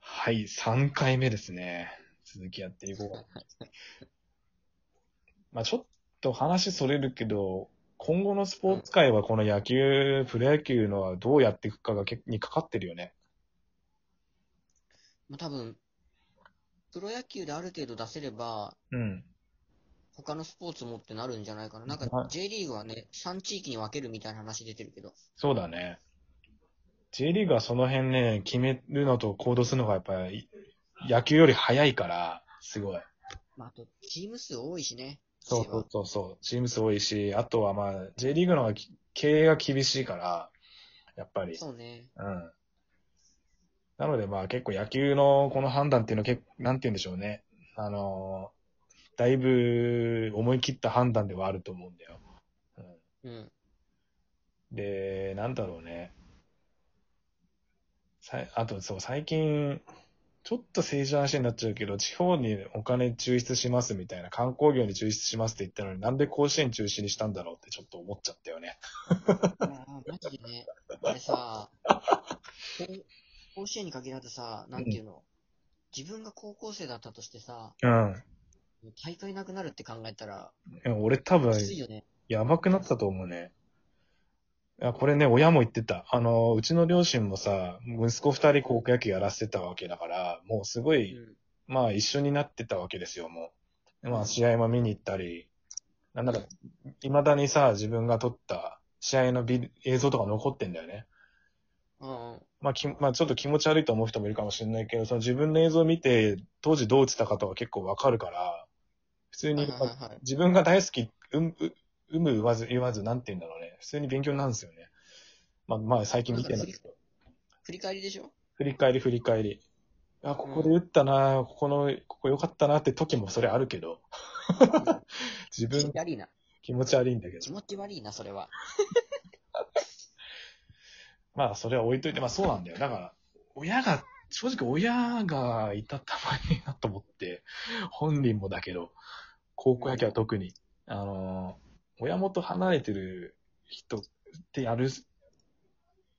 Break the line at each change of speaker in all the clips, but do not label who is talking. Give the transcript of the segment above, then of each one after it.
はい、3回目ですね。続きやっていこうかな。 まあちょっと話それるけど、今後のスポーツ界はこの野球、プロ野球のはどうやっていくかが結にかかってるよね。
まあ、多分、プロ野球である程度出せれば、
うん。
他のスポーツもってなるんじゃないかな。なん
は
か
い
J リーグはね、3地域に分けるみたいな話出てるけど。
そうだね。J リーグはその辺ね、決めるのと行動するのがやっぱり野球より早いから、すごい。
まあ、あと、チーム数多いしね。
そうそうそうそう。チーム数多いし、あとはまあ、J リーグの方がき経営が厳しいから、やっぱり。
そうね。
うん。なのでまあ結構野球のこの判断っていうのは結構、なんて言うんでしょうね。あのーだいぶ思い切った判断ではあると思うんだよ。
うん。
で、なんだろうね。さいあとそう、最近、ちょっと政治の話になっちゃうけど、地方にお金抽出しますみたいな、観光業に抽出しますって言ったのに、なんで甲子園中止にしたんだろうってちょっと思っちゃったよね。
ああ、マジでね。あれさ、こう甲子園に限らずさ、なんていうの、自分が高校生だったとしてさ、
うん。
大会なくなるって考えたら、
いや俺多分
き、ついよね。
やばくなってたと思うね。いやこれね、親も言ってた。あの、うちの両親もさ、息子二人高校野球やらせてたわけだから、もうすご
う
い、
ん。
まあ一緒になってたわけですよ、もう。まあ試合も見に行ったり、なんだか、未だにさ、自分が撮った試合のビ映像とか残ってんだよね。
うん。
まあき、まあちょっと気持ち悪いと思う人もいるかもしれないけど、その自分の映像を見て、当時どう映ったかとか結構わかるから、普通
は
に
いはいはい。
自分が大好き、うん、う、有無言わず、言わず、なんて言うんだろうね。普通に勉強になるんですよね。まあ、まあ、最近見てないけど。
振り返りで しょ
振り返り、振り返り。あ、ここで打ったな、ここの、ここ良かったなって時もそれあるけど。自
気持
分
ち悪いな。
気持ち悪いんだけ
気
ど。
持ち悪いな、それは。
まあ、それは置いといて、まあそうなんだよ。だから、親が、正直親がいたたまになと思って、本人もだけど、高校野球は特に、あのー、親元離れてる人ってやるス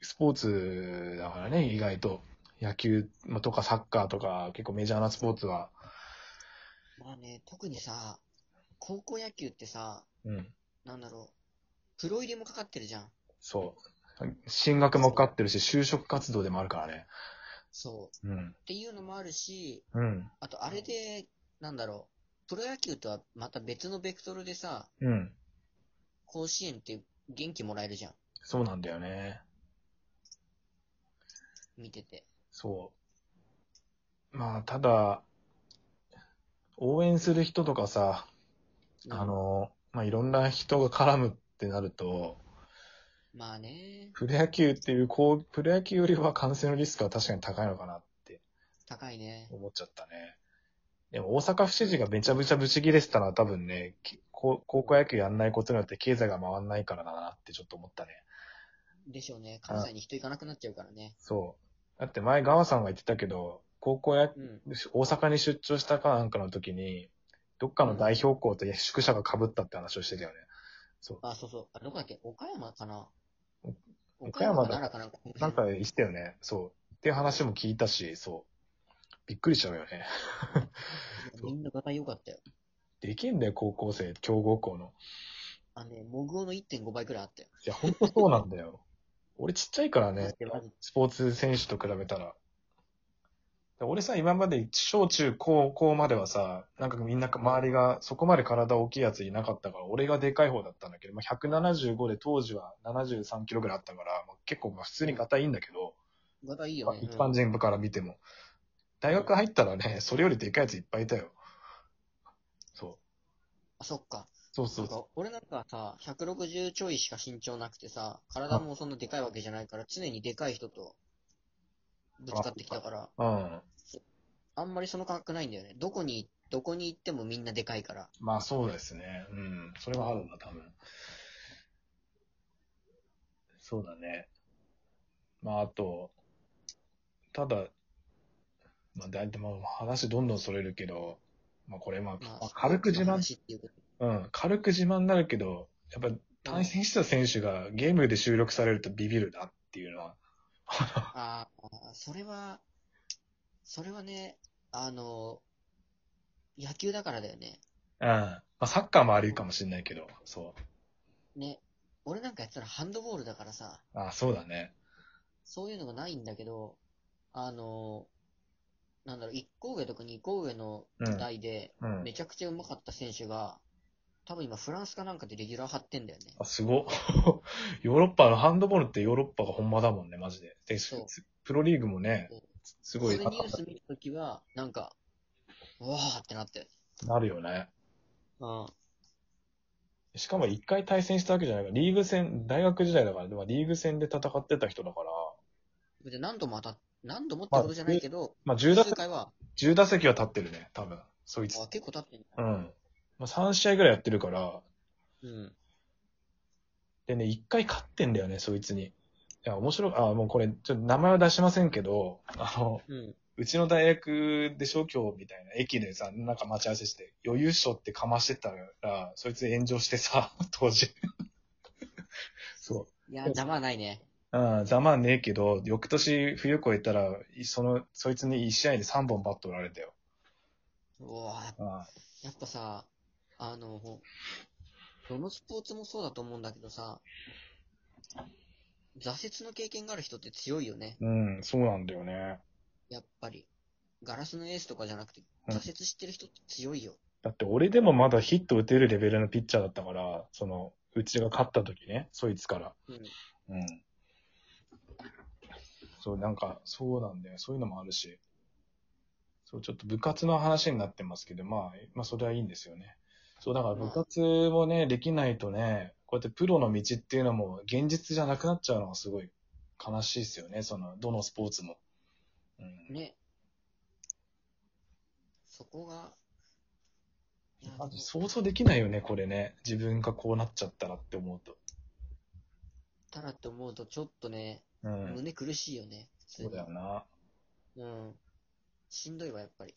スポーツだからね、意外と。野球まあとかサッカーとか、結構メジャーなスポーツは。
まあね、特にさ、高校野球ってさ、
うん。
なんだろう、プロ入りもかかってるじゃん。
そう。進学もかかってるし、就職活動でもあるからね。
そう。
うん。
っていうのもあるし、
うん。
あとあれで、なんだろう、プロ野球とはまた別のベクトルでさ、
うん。
甲子園って元気もらえるじゃん。
そうなんだよね。
見てて。
そう。まあ、ただ、応援する人とかさ、
うん
あ、の、まあ、いろんな人が絡むってなると、
まあね、
プロ野球っていう、こう、プロ野球よりは感染のリスクは確かに高いのかなって
高いね。
思っちゃったね。でも、大阪府知事がめちゃめちゃブチ切れてたのは多分ね、き高高校野球やんないことによって経済が回んないからだなってちょっと思ったね。
でしょうね。関西に人行かなくなっちゃうからね。
そう。だって前、川さんが言ってたけど、高校野球
うん。
大阪に出張したかなんかの時に、どっかの代表校と宿舎が被ったって話をしてたよね。そ
あ、そうそう。あ、どこだっけ岡山かな
お
岡
岡山
山か
だ
奈良かなんか。
う。なんか言ってたよね。そう。っていう話も聞いたし、そう。びっくりしちゃうよね。
みんなガタ良かったよ。
できんだよ、高校生、強豪校の。
あのね、モグオの1.5倍くらいあったよ。
いや、ほんとそうなんだよ。俺ちっちゃいから
だ
ね
ってマジ、
スポーツ選手と比べたら。俺さ、今まで小中高校まではさ、なんかみんな周りがそこまで体大きいやついなかったから、俺がでかい方だったんだけど、まあ、175で当時は73キロぐらいあったから、まあ、結構まあ普通に硬いんだけど、
ガタいいよ
まあ
ね。
一般人部から見ても。大学入ったらね、それよりでかいやついっぱいいたよ。そう。
あ、そっか。
そうそう
なん
そ
か俺なんかさ、160ちょいしか身長なくてさ、体もそんなでかいわけじゃないから、常にでかい人とぶつかってきたから、
う。うん。
あんまりその感覚ないんだよね。どこに、どこに行ってもみんなでかいから。
まあそうですね。うん。それはあるんだ、多分。そうだね。まああと、ただ、まあ大体まあ話どんどんそれるけど、まあこれまあ、
ま
ま
あ
あ、、軽く自慢、
話っていうこと
うん、軽く自慢になるけど、やっぱ対戦した選手がゲームで収録されるとビビるなっていうのは、
あーあー、それは、それはね、あの、野球だからだよね。
うん。まあ、サッカーもありかもしれないけど、そ
ね。俺なんかやってたらハンドボールだからさ、
う。あそうだね。
そういうのがないんだけど、あの、なんだろう、一個上特に一個上の
うん。
代で、
うん
め。ちゃくちゃうまかった選手が、多分今フランスかなんかでレギュラー張ってんだよね。
あ、すごっ。 ヨーロッパのハンドボールってヨーロッパが本場だもんね、マジで。で、
そう
プロリーグもね
そう、
すごい
それニュース見たときは、なんか、うわーってなったよね。
なるよね。
うん。
しかも一回対戦したわけじゃないから、リーグ戦、大学時代だから、でもリーグ戦で戦ってた人だから、
で何度も当たっ、何度もってことじゃないけど、
まあ10打
数
席、
回は、
10打席は立ってるね、多分。そいつ。
あ結構経ってん
う
だ。
ん。まあ3試合ぐらいやってるから、
うん。
でね、一回勝ってんだよね、そいつに。いや、面白い。あ、もうこれ、ちょっと名前は出しませんけど、あの、
うん。
うちの大学で小京みたいな駅でさ、なんか待ち合わせして、余裕賞ってかましてたら、そいつ炎上してさ、 当時。そう。
いや、邪魔はないね。
うん、ざまあねえけど、翌年冬越えたら、いその、そいつに1試合で3本バット売られたよ。
うわー
あ
やっぱさ、あの、どのスポーツもそうだと思うんだけどさ、挫折の経験がある人って強いよね。
うん、そうなんだよね。
やっぱり。ガラスのエースとかじゃなくて、
うん
挫折してる人って強いよ。
だって俺でもまだヒット打てるレベルのピッチャーだったから、その、うちが勝った時ね、そいつから。
うん。
うん。そう、なんか、そうなんだよ。そういうのもあるし。そう、ちょっと部活の話になってますけど、まあ、まあ、それはいいんですよね。そう、だから部活もね、できないとね、こうやってプロの道っていうのも現実じゃなくなっちゃうのがすごい悲しいですよね。その、どのスポーツも。うん。
ね。そこが、いや、で
あ
も
と想像できないよね、これね。自分がこうなっちゃったらって思うと。
たらって思うとちょっとね、
うん。
胸苦しいよね。普通
そうだよな。
にうん。しんどいわ、やっぱり。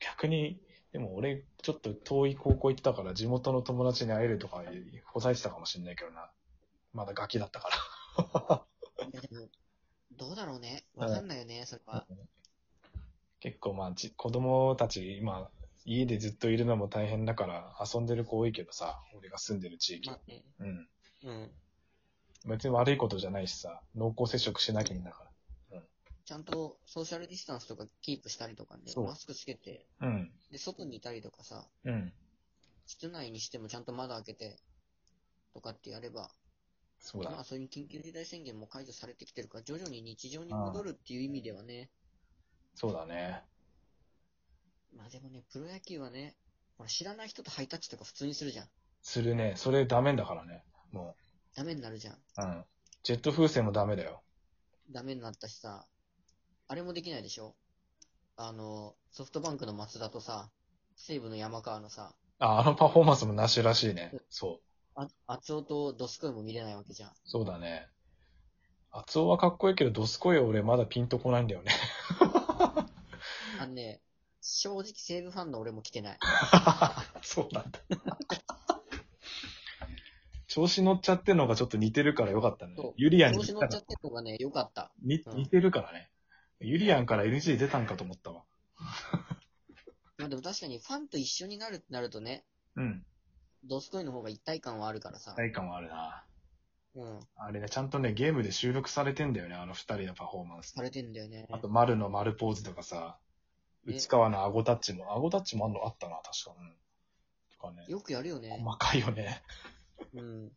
逆に、でも俺、ちょっと遠い高校行ったから、地元の友達に会えるとか、ほざいてたかもしれないけどな。まだガキだったから。
いや、でも、どうだろうね。わかんないよね、それは。
結構まあ、ち子供たち、今、家でずっといるのも大変だから、遊んでる子多いけどさ、俺が住んでる地域。
まあね。
うん。
うん。
別に悪いことじゃないしさ、濃厚接触しなきゃいいんだか
ちゃんとソーシャルディスタンスとかキープしたりとかね、
そう
マスクつけて、
ら。うん。
で、外にいたりとかさ、
うん。
室内にしてもちゃんと窓開けて、とかってやれば、
そう
まあ
だ。
そういう緊急事態宣言も解除されてきてるから、徐々に日常に戻るっていう意味ではね、
そうだね。
まあでもね、プロ野球はね、ほら知らない人とハイタッチとか普通にするじゃん。
するね。それダメだからね。も
ダメになるじゃん。
う。うん。ジェット風船もダメだよ。
ダメになったしさ、あれもできないでしょあの、ソフトバンクの松田とさ、西武の山川のさ、
あ、あのパフォーマンスもなしらしいね。そう。
あ、厚尾とドスコイも見れないわけじゃん。
そうだね。厚尾はかっこいいけど、ドスコイは俺まだピンとこないんだ よね。
あのね、正直西武ファンの俺も来てない。
そうなんだ。調子乗っちゃってんのがちょっと似てるからよかったね
そう。
ユリアンに
調子
似
乗
た
っちゃ
ら
ってるのがね、良かった。
に
うん
似てるからね。ユリアンから NG 出たんかと思ったわ。
まあでも確かにファンと一緒になるってなるとね、
うん。
ドスコイの方が一体感はあるからさ。
体感はあるな。
うん。
あれね、ちゃんとね、ゲームで収録されてんだよね、あの二人のパフォーマンス
さ。れてんだよね。
あと、丸の丸ポーズとかさ、
ね
内川の顎タッチも、顎タッチもあんのあったな、確か。うん。とかね、
よくやるよね。
細かいよね。
うん。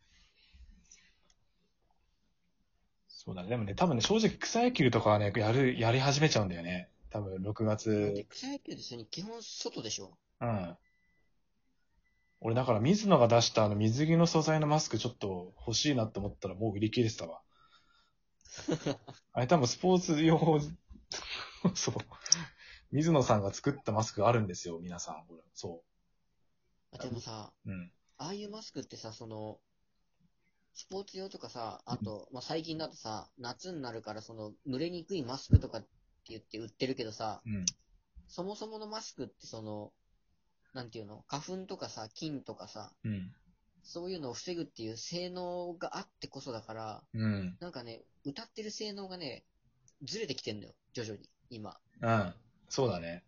そうだね。でもね、多分ね、正直草野球とかはね、やる、やり始めちゃうんだよね。多分6
で
月。
草野球ですね、基本外でしょ。
うん。俺だから水野が出したあの水着の素材のマスクちょっと欲しいなって思ったらもう売り切れてたわ。あれ多分スポーツ用、 そう。水野さんが作ったマスクがあるんですよ、皆さん。ほらそ
あでもさ、
う。うん。
ああいうマスクってさ、その、スポーツ用とかさ、あと、まあ、最近だとさ、夏になるから、その、蒸れにくいマスクとかって言って売ってるけどさ、
うん。
そもそものマスクってその、なんていうの花粉とかさ、菌とかさ、
うん。
そういうのを防ぐっていう性能があってこそだから、
うん。
なんかね、歌ってる性能がね、ずれてきてんだよ、徐々に、今。
うん。そうだね。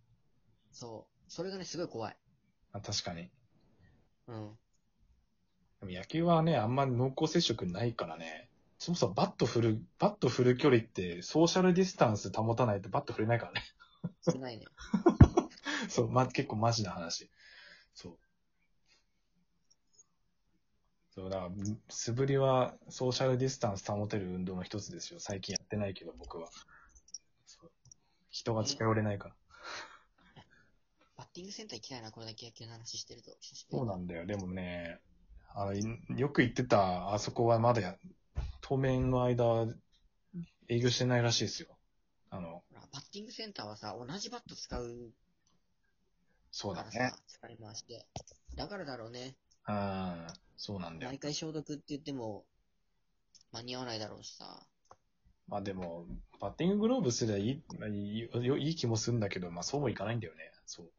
そう。それがね、すごい怖い。
あ確かに。
うん。
でも野球はね、あんま濃厚接触ないからね。そもそもバット振る、バット振る距離ってソーシャルディスタンス保たないとバット振れないからね。
少ないね。
そう、ま、結構マジな話。そう。そう、だから、ん素振りはソーシャルディスタンス保てる運動の一つですよ。最近やってないけど、僕は。そう人が近寄れないから。
バッティングセンター行きたいな、これだけ野球の話してると。久しぶり
そう
に
なんだよ。でもね、あの、いよく行ってた、あそこはまだや、当面の間、営業してないらしいですよ。あの、
ほらバッティングセンターはさ、同じバット使う
そう
か
だ
ら
ね
さ。、使い回して。だからだろうね。
うん、そうなんだよ
毎。回消毒って言っても、間に合わないだろうしさ。
まあでも、バッティンググローブすればいい、まあいいよいい気もするんだけど、まあそうもいかないんだよね。そう。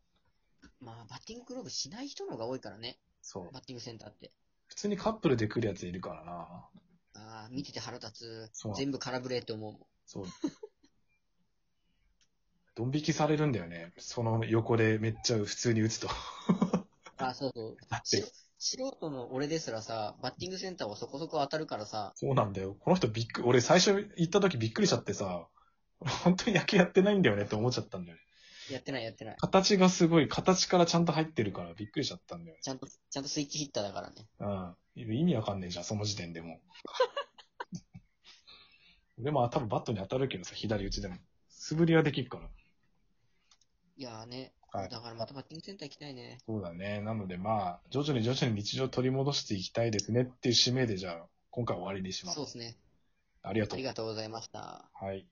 まあ、バッティンググローブしない人の方が多いからね。
そう。
バッティングセンターって。
普通にカップルで来るやついるからな。
ああ、見てて腹立
そう
つ。全部空振れって思うもん。
そう。ドン引きされるんだよね。その横でめっちゃ普通に打つ と。
あ、そうそう。
て
し素人の俺ですらさ、バッティングセンターはそこそこ当たるからさ、
そうなんだよ。この人びっくり、俺最初行った時びっくりしちゃってさ、本当に野球やってないんだよねって思っちゃったんだよね。
やってないやってない。
形がすごい、形からちゃんと入ってるからびっくりしちゃったんだよね。
ちゃんと、ちゃんとスイッチヒッターだからね。
うん。意味わかんねえじゃん、その時点でも う。俺も多分バットに当たるけどさ、左打ちでも。素振りはできるから。
いやーね、
はい
だからまたバッティングセンター行きたいね。
そうだね。なのでまあ、徐々に徐々に日常を取り戻していきたいですねっていう使命で、じゃあ、今回は終わりにします。
そうですね。
ありがと
あ
う
り。がとうございました。
はい。